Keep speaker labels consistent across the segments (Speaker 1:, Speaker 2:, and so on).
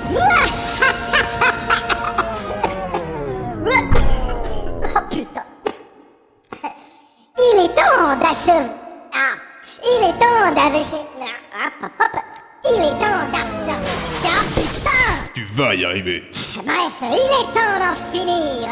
Speaker 1: Oh, Ah,
Speaker 2: vas y arriver.
Speaker 1: Ah, Bref, il est temps d'en finir.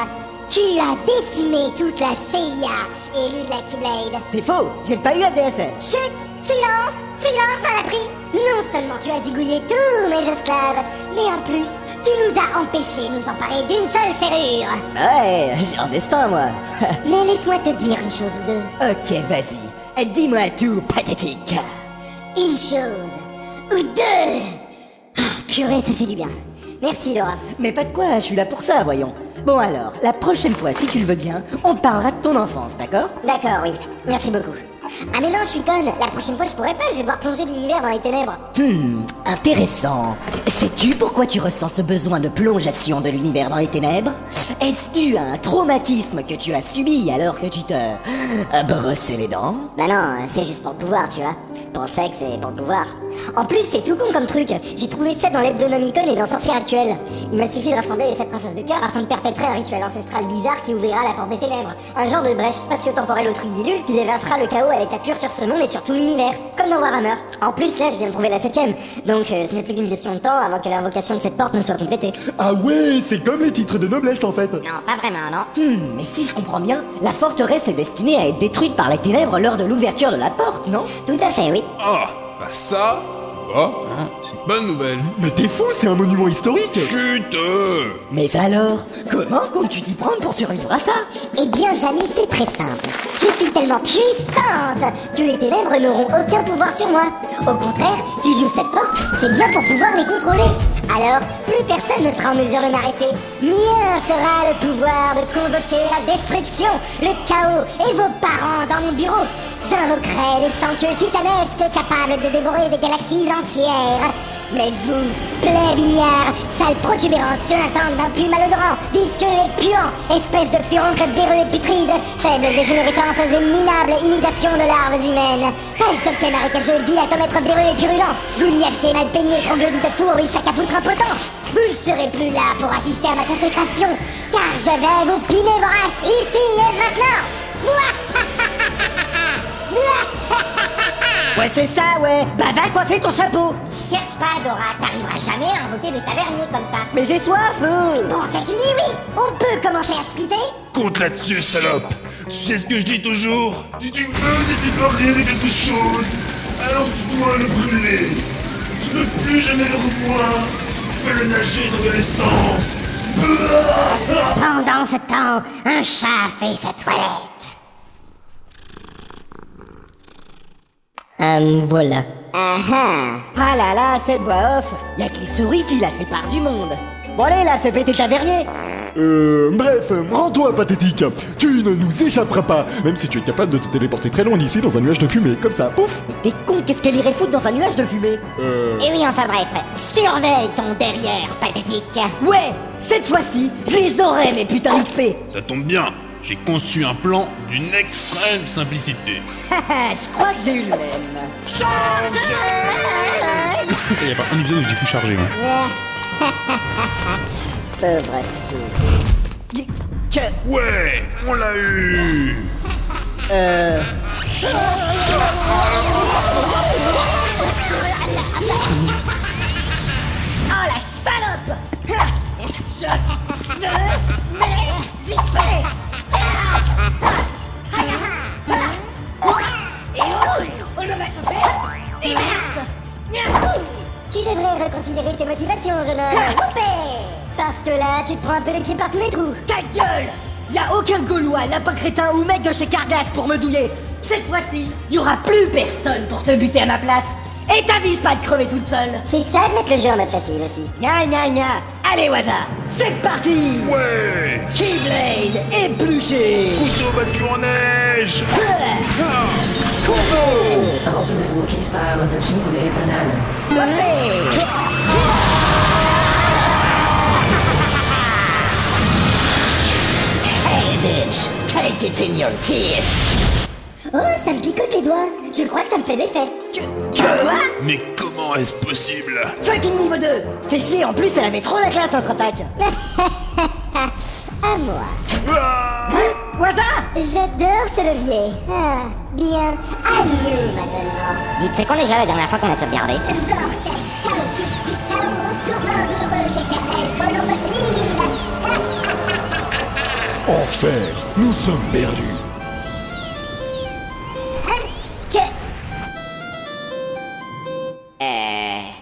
Speaker 1: Tu as décimé toute la CIA, élu de la Keyblade.
Speaker 3: C'est faux, j'ai pas eu la DSL.
Speaker 1: Chut Silence Silence, Malabri Non seulement tu as zigouillé tous mes esclaves, mais en plus, tu nous as empêchés de nous emparer d'une seule serrure.
Speaker 3: Ouais, j'ai un destin, moi.
Speaker 1: Mais laisse-moi te dire une chose ou deux.
Speaker 3: ok, vas-y. Eh, Dis-moi tout, pathétique.
Speaker 1: Une chose. Ou deux Ah, Purée, ça fait du bien. Merci, Laura.
Speaker 3: Mais pas de quoi, je suis là pour ça, voyons. Bon alors, la prochaine fois, si tu le veux bien, on parlera de ton enfance, d'accord
Speaker 1: D'accord, oui. Merci beaucoup. Ah mais non, je suis conne. La prochaine fois, je pourrais pas. Je vais devoir plonger l'univers dans les ténèbres.
Speaker 3: Hmm, intéressant. Sais-tu pourquoi tu ressens ce besoin de plongation de l'univers dans les ténèbres Est-ce dû à un traumatisme que tu as subi alors que tu te... euh, brossais les dents
Speaker 1: Bah non, c'est juste pour le pouvoir, tu vois. Pour le sexe et pour le pouvoir. En plus, c'est tout con comme truc. J'ai trouvé ça dans l'hebdonomicon et dans Sorcière Actuelle. Il m'a suffi de rassembler les sept princesses de cœur afin de perpétrer un rituel ancestral bizarre qui ouvrira la porte des ténèbres. Un genre de brèche spatio-temporelle au truc bidule qui déversera le chaos à l'état pur sur ce monde et sur tout l'univers. Comme dans Warhammer. En plus, là, je viens de trouver la septième. Donc, euh, ce n'est plus qu'une question de temps avant que l'invocation de cette porte ne soit complétée.
Speaker 4: Ah ouais, c'est comme les titres de noblesse en fait.
Speaker 1: Non, pas vraiment, non.
Speaker 3: Hmm, mais si je comprends bien, la forteresse est destinée à être détruite par les ténèbres lors de l'ouverture de la porte, non
Speaker 1: Tout à fait, oui.
Speaker 2: Ah, bah ça, voilà, hein, c'est une bonne nouvelle.
Speaker 4: Mais t'es fou, c'est un monument historique.
Speaker 2: Chut euh.
Speaker 3: Mais alors, comment comptes-tu t'y prendre pour survivre à ça
Speaker 1: Eh bien, Jamie, c'est très simple. Je suis tellement puissante que les ténèbres n'auront aucun pouvoir sur moi. Au contraire, si j'ouvre cette porte, c'est bien pour pouvoir les contrôler. Alors, plus personne ne sera en mesure de m'arrêter. Mien sera le pouvoir de convoquer la destruction, le chaos et vos parents dans mon bureau. J'invoquerai des sans-queues titanesques capables de dévorer des galaxies entières. Mais vous, plébiniard, sale protubérance suintante d'un puits malodorant, visqueux et puant, espèce de furoncle béreux et putride, faible dégénérescence et minable imitation de larves humaines, paltoquet marécageux, dilatomètre béreux et purulent, gouniafier, mal peigné, troglodyte de four et sac à foutre impotent, vous ne serez plus là pour assister à ma consécration, car je vais vous piner vorace, ici et maintenant
Speaker 3: Ouais, c'est ça, ouais Bah va coiffer ton chapeau
Speaker 1: Cherche pas, Dora, t'arriveras jamais à invoquer des taverniers comme ça.
Speaker 3: Mais j'ai soif euh.
Speaker 1: Bon, c'est fini, oui On peut commencer à splitter
Speaker 2: Compte là-dessus, salope. Tu sais ce que je dis toujours Si tu veux déséparer de quelque chose, alors tu dois le brûler. Tu ne peux plus jamais le revoir. Tu peux le nager dans de l'essence.
Speaker 1: Pendant ce temps, un chat fait sa toilette. voilà.
Speaker 3: Ah là là, cette voix off Y'a que les souris qui la séparent du monde Bon allez, là, fais péter ta vernier
Speaker 4: Euh, bref, rends-toi pathétique. Tu ne nous échapperas pas, même si tu es capable de te téléporter très loin d'ici dans un nuage de fumée, comme ça, pouf.
Speaker 3: Mais t'es con, qu'est-ce qu'elle irait foutre dans un nuage de fumée
Speaker 4: Euh,
Speaker 1: Et oui, enfin bref, surveille ton derrière, pathétique.
Speaker 3: Ouais Cette fois-ci, je les aurai, mes putains XP
Speaker 2: Ça tombe bien. J'ai conçu un plan d'une extrême simplicité.
Speaker 3: Haha, je crois que j'ai eu le même
Speaker 2: Il n'y a pas un épisode où je dis tout chargé. hein.
Speaker 1: Pauvre
Speaker 3: Qu- Que...
Speaker 2: Ouais, on l'a eu
Speaker 3: Oh la salope Ah, Je ne m'éviterai Ah, ah, ah, ah, ah, Et oui, on ne va te faire diverses.
Speaker 1: Tu devrais reconsidérer tes motivations, jeune homme. Parce que là, tu te prends un peu les pieds par tous les trous.
Speaker 3: Ta gueule Y a aucun Gaulois, lapin crétin ou mec de chez Carglass pour me douiller Cette fois-ci, y aura plus personne pour te buter à ma place Et t'avises pas de crever toute seule
Speaker 1: C'est ça de mettre le jeu en mode facile aussi.
Speaker 3: Gna gna gna Allez, Waza C'est parti
Speaker 2: Ouais
Speaker 3: Keyblade épluché
Speaker 2: Couteau battu en neige
Speaker 5: ultimate walking style of the Keyblade Banana.
Speaker 3: Hey bitch, take it in your teeth
Speaker 1: Oh, ça me picote les doigts. Je crois que ça me fait l'effet.
Speaker 3: Quoi
Speaker 2: Mais comment est-ce possible
Speaker 3: Fucking niveau 2 Fais chier, en plus elle avait trop la classe notre attaque
Speaker 1: À moi.
Speaker 3: Hein? Waza
Speaker 1: J'adore ce levier. Ah, bien. À nous maintenant.
Speaker 6: Dites, c'est quand déjà la dernière fois qu'on a sauvegardé
Speaker 1: Vortex chaotique du chaos, tournant douloureux éternel.
Speaker 4: Enfer Nous sommes perdus
Speaker 3: Que...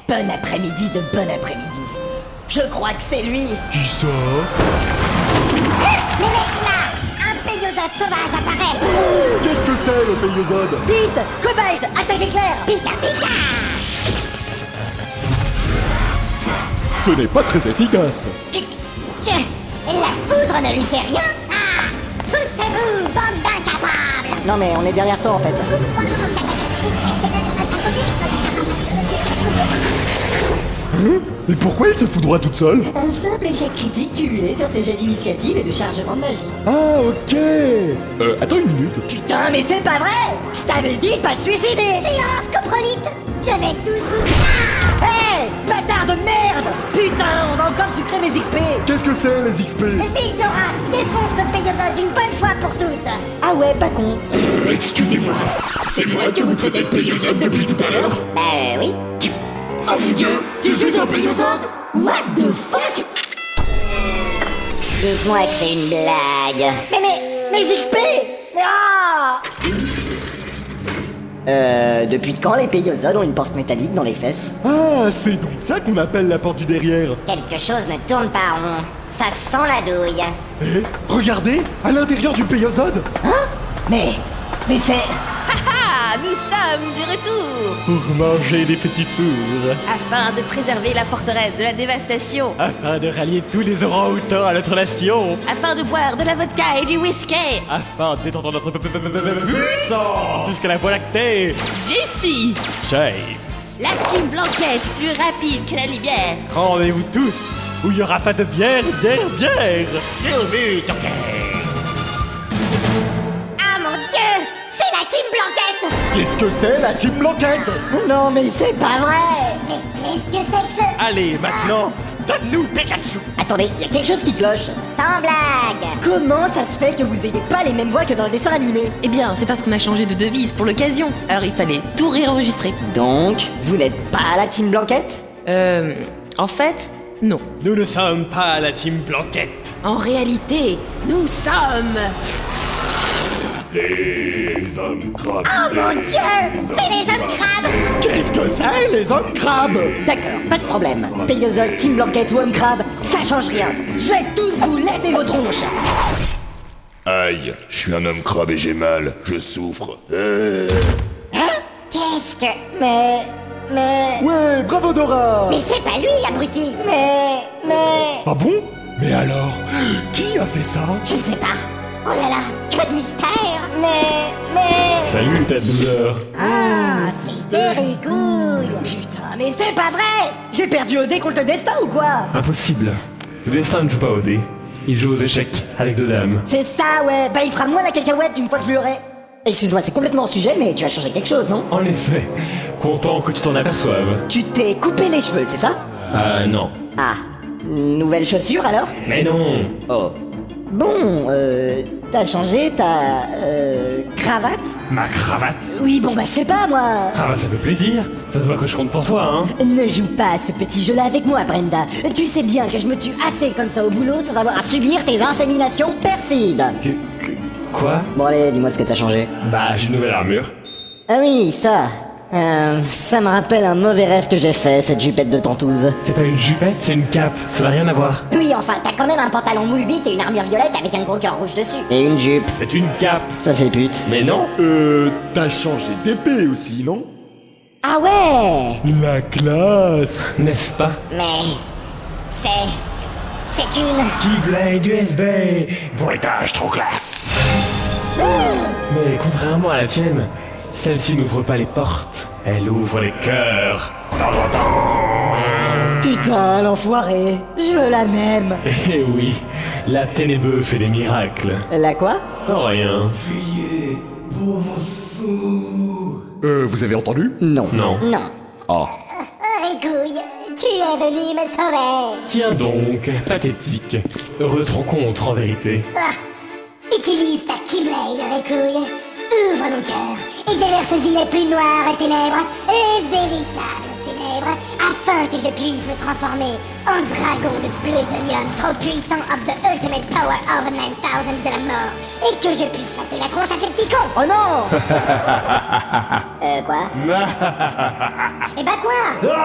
Speaker 3: Bon après-midi de bon après-midi. Je crois que c'est lui.
Speaker 4: Qui ça
Speaker 1: Mais mec, là, un péliosode sauvage apparaît
Speaker 4: Qu'est-ce que c'est le Payosode
Speaker 3: Vite Cobalt Attaque éclair
Speaker 1: Pika pika
Speaker 4: Ce n'est pas très efficace
Speaker 1: Et la foudre ne lui fait rien Ah Poussez-vous, bande d'incapables
Speaker 3: Non mais on est derrière toi en fait.
Speaker 4: Mais pourquoi il se foudroie toute seule
Speaker 5: Un simple échec critique cumulé sur ces jets d'initiative et de chargement de magie.
Speaker 4: Ah ok Euh, attends une minute
Speaker 3: Putain mais c'est pas vrai Je t'avais dit de pas de suicider
Speaker 1: Silence, coprolite Je vais tous vous...
Speaker 3: Hé Bâtard de merde Putain on va encore me sucrer mes XP
Speaker 4: Qu'est-ce que c'est les XP
Speaker 1: Vite, Dora Défonce le péliosode une bonne fois pour toutes
Speaker 3: Ah ouais pas con
Speaker 2: Euh, excusez-moi, c'est moi que vous traitez de payosode depuis tout à l'heure
Speaker 1: Euh, oui
Speaker 2: Oh mon dieu, je suis un payosode
Speaker 1: What the fuck Dites-moi que c'est une blague
Speaker 3: Mais mais... Mes XP Mais ah Euh... Depuis quand les payosodes ont une porte métallique dans les fesses
Speaker 4: Ah, c'est donc ça qu'on appelle la porte du derrière
Speaker 1: Quelque chose ne tourne pas rond. Ça sent la douille.
Speaker 4: Eh, regardez À l'intérieur du Payosode
Speaker 3: Mais... Mais c'est...
Speaker 6: Ah, nous sommes de retour
Speaker 7: Pour manger les petits fours,
Speaker 6: Afin de préserver la forteresse de la dévastation,
Speaker 7: afin de rallier tous les orangs-outans à notre nation,
Speaker 6: afin de boire de la vodka et du whisky,
Speaker 7: afin d'étendre notre pu- pu- pu- pu- puissance jusqu'à la voie lactée.
Speaker 6: Jessie,
Speaker 7: Jay,
Speaker 6: la team blanquette plus rapide que la lumière,
Speaker 7: rendez-vous tous où il n'y aura pas de bière, bière, bière.
Speaker 1: Ah mon dieu C'est la team Blanquette
Speaker 4: Qu'est-ce que c'est la Team Blanquette
Speaker 3: Oh Non mais c'est pas vrai
Speaker 1: Mais qu'est-ce que c'est que ce...
Speaker 7: Allez, maintenant, donne-nous Pikachu.
Speaker 3: Attendez, il y a quelque chose qui cloche
Speaker 1: Sans blague
Speaker 3: Comment ça se fait que vous ayez pas les mêmes voix que dans le dessin animé
Speaker 8: Eh bien, c'est parce qu'on a changé de devise pour l'occasion. Alors il fallait tout réenregistrer.
Speaker 3: Donc, vous n'êtes pas la team Blanquette
Speaker 8: Euh, en fait, non.
Speaker 7: Nous ne sommes pas la team Blanquette.
Speaker 8: En réalité, nous sommes
Speaker 2: Les hommes crabes.
Speaker 1: Oh mon dieu C'est les hommes crabes
Speaker 4: Qu'est-ce que c'est les hommes crabes
Speaker 3: D'accord, pas de problème. Payosode, Team Blanquette ou Homme Crabe, ça change rien. Je vais tous vous laver vos tronches.
Speaker 2: Aïe, je suis un homme crabe et j'ai mal, je souffre. Euh...
Speaker 1: Qu'est-ce que... Mais... Mais...
Speaker 4: Ouais, bravo Dora
Speaker 1: Mais c'est pas lui, abruti Mais... Mais...
Speaker 4: Ah bon Mais alors, qui a fait ça
Speaker 1: Je ne sais pas. Oh là là, que de mystère Mais... Mais...
Speaker 7: Salut ta douleur.
Speaker 1: Ah, c'est des rigouilles
Speaker 3: Putain, mais c'est pas vrai J'ai perdu au dé contre le destin ou quoi
Speaker 9: Impossible. Le destin ne joue pas au dé. Il joue aux échecs avec deux dames.
Speaker 3: C'est ça, ouais. Bah, il fera moins la cacahuète une fois que je l'aurai. Excuse-moi, c'est complètement hors sujet, mais tu as changé quelque chose, non
Speaker 9: En effet, content que tu t'en aperçoives.
Speaker 3: Tu t'es coupé les cheveux, c'est ça
Speaker 9: Ah non.
Speaker 3: Ah. Nouvelle chaussure alors
Speaker 9: Mais non
Speaker 3: Oh. Bon, euh... T'as changé ta... Euh... Cravate
Speaker 9: Ma cravate
Speaker 3: Oui, bon, bah, je sais pas, moi.
Speaker 9: Ah bah ça fait plaisir Ça se voit que je compte pour toi, hein
Speaker 3: Ne joue pas à ce petit jeu-là avec moi, Brenda. Tu sais bien que je me tue assez comme ça au boulot sans avoir à subir tes inséminations perfides.
Speaker 9: Que- que- Quoi
Speaker 3: Bon allez, dis-moi ce que t'as changé.
Speaker 9: Bah j'ai une nouvelle armure.
Speaker 3: Ah oui, ça. Euh, ça me rappelle un mauvais rêve que j'ai fait, cette jupette de tantouse.
Speaker 9: C'est pas une jupette, c'est une cape. Ça n'a rien à voir.
Speaker 1: Oui, enfin, t'as quand même un pantalon moule bite et une armure violette avec un gros cœur rouge dessus.
Speaker 3: Et une jupe.
Speaker 9: C'est une cape.
Speaker 3: Ça fait pute.
Speaker 9: Mais non
Speaker 4: Euh, t'as changé d'épée aussi, non
Speaker 1: Ah ouais
Speaker 4: La classe
Speaker 9: N'est-ce pas
Speaker 1: Mais... C'est... C'est une...
Speaker 9: Keyblade USB Bruitage trop classe Mais contrairement à la tienne, celle-ci n'ouvre pas les portes. Elle ouvre les cœurs.
Speaker 3: Putain, l'enfoiré. Je veux la même.
Speaker 9: Eh oui, la Ténébeu fait des miracles.
Speaker 3: La quoi
Speaker 9: Oh, rien.
Speaker 4: Euh, vous avez entendu
Speaker 3: Non.
Speaker 9: Non.
Speaker 1: Non.
Speaker 4: Ah.
Speaker 1: Rigouille, tu es venu me sauver
Speaker 9: Tiens donc, pathétique. Heureuse rencontre en vérité.
Speaker 1: Ah, Utilise ta Keyblade, Ricouille. Ouvre mon cœur et déverse-y les plus noires ténèbres, les véritables ténèbres, afin que je puisse me transformer en dragon de plutonium trop puissant of the ultimate power of 9000 de la mort et que je puisse flatter la tronche à ces petits cons. Oh non Euh, quoi Eh bah quoi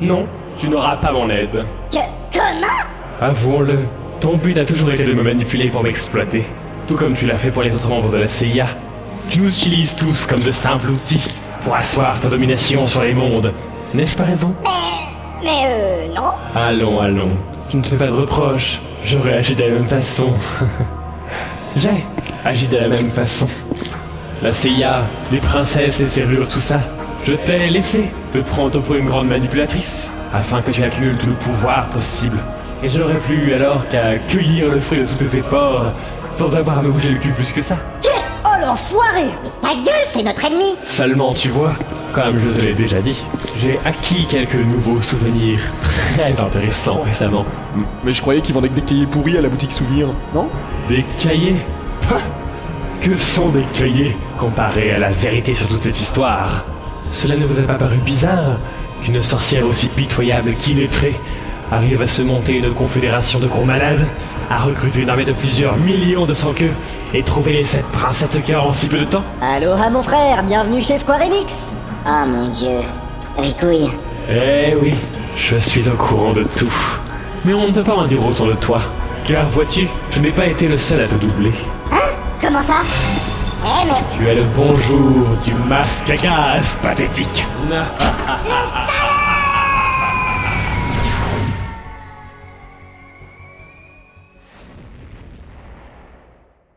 Speaker 9: Non, tu n'auras pas mon aide.
Speaker 1: Que... Comment
Speaker 9: Avouons-le, ton but a toujours été de me manipuler pour m'exploiter. Tout comme tu l'as fait pour les autres membres de la CIA. Tu nous utilises tous comme de simples outils pour asseoir ta domination sur les mondes. N'ai-je pas raison
Speaker 1: Mais... Mais euh, non.
Speaker 9: Allons, allons. Tu ne te fais pas de reproches. J'aurais agi de la même façon. J'ai agi de la même façon. La CIA, les princesses, les serrures, tout ça. Je t'ai laissé te prendre pour une grande manipulatrice, afin que tu accumules tout le pouvoir possible. Et je n'aurais plus alors qu'à cueillir le fruit de tous tes efforts, sans avoir à me bouger le cul plus que ça.
Speaker 1: Que... Oh l'enfoiré Mais ta gueule, c'est notre ennemi
Speaker 9: Seulement, tu vois, comme je te l'ai déjà dit, j'ai acquis quelques nouveaux souvenirs très intéressants récemment.
Speaker 4: Mais je croyais qu'ils vendaient que des cahiers pourris à la boutique souvenir, non
Speaker 9: Des cahiers Pah Que sont des cahiers comparés à la vérité sur toute cette histoire Cela ne vous a pas paru bizarre qu'une sorcière aussi pitoyable qu'illettrée arrive à se monter une confédération de gros malades, à recruter une armée de plusieurs millions de sans queues et trouver les sept princes de cœur en si peu de temps
Speaker 3: Aloha mon frère, bienvenue chez Square Enix
Speaker 1: Oh mon dieu. Ricouille,
Speaker 9: Eh oui, je suis au courant de tout. Mais on ne peut pas en dire autant de toi. Car vois-tu, je n'ai pas été le seul à te doubler.
Speaker 1: hein Comment ça Eh mais...
Speaker 9: Tu as le bonjour du masque à gaz pathétique.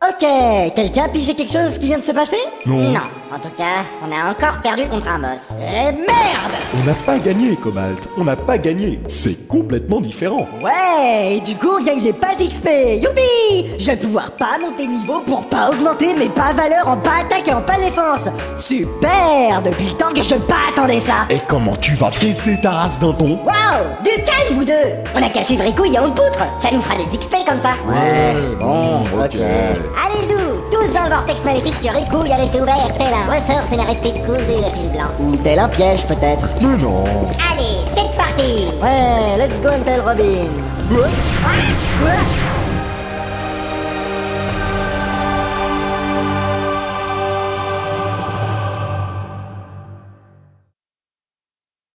Speaker 3: Ok, quelqu'un a pigé quelque chose qui vient de se passer
Speaker 4: Non.
Speaker 1: En tout cas, on a encore perdu contre Amos.
Speaker 3: Eh merde
Speaker 4: On n'a pas gagné, Cobalt. On n'a pas gagné. C'est complètement différent.
Speaker 3: Ouais, et du coup on gagne des passes XP, youpi Je vais pouvoir pas monter niveau pour pas augmenter mes pas valeurs en pas attaque et en pas défense Super Depuis le temps que je pas attendais ça
Speaker 4: Et comment tu vas baisser ta race d'un ton
Speaker 1: Waouh
Speaker 3: Du calme vous deux
Speaker 1: On a qu'à suivre Ricouille et on le poutre Ça nous fera des XP comme ça
Speaker 4: Euh, Bon, Ah, ok.
Speaker 1: Allez-vous, tous dans le vortex maléfique que Ricouille a laissé ouvert tel un ressort scénaristique cousu le fil blanc.
Speaker 3: Ou tel un piège peut-être
Speaker 4: Mais non.
Speaker 1: Allez, c'est parti
Speaker 3: Ouais, let's go Until Robin
Speaker 1: Ah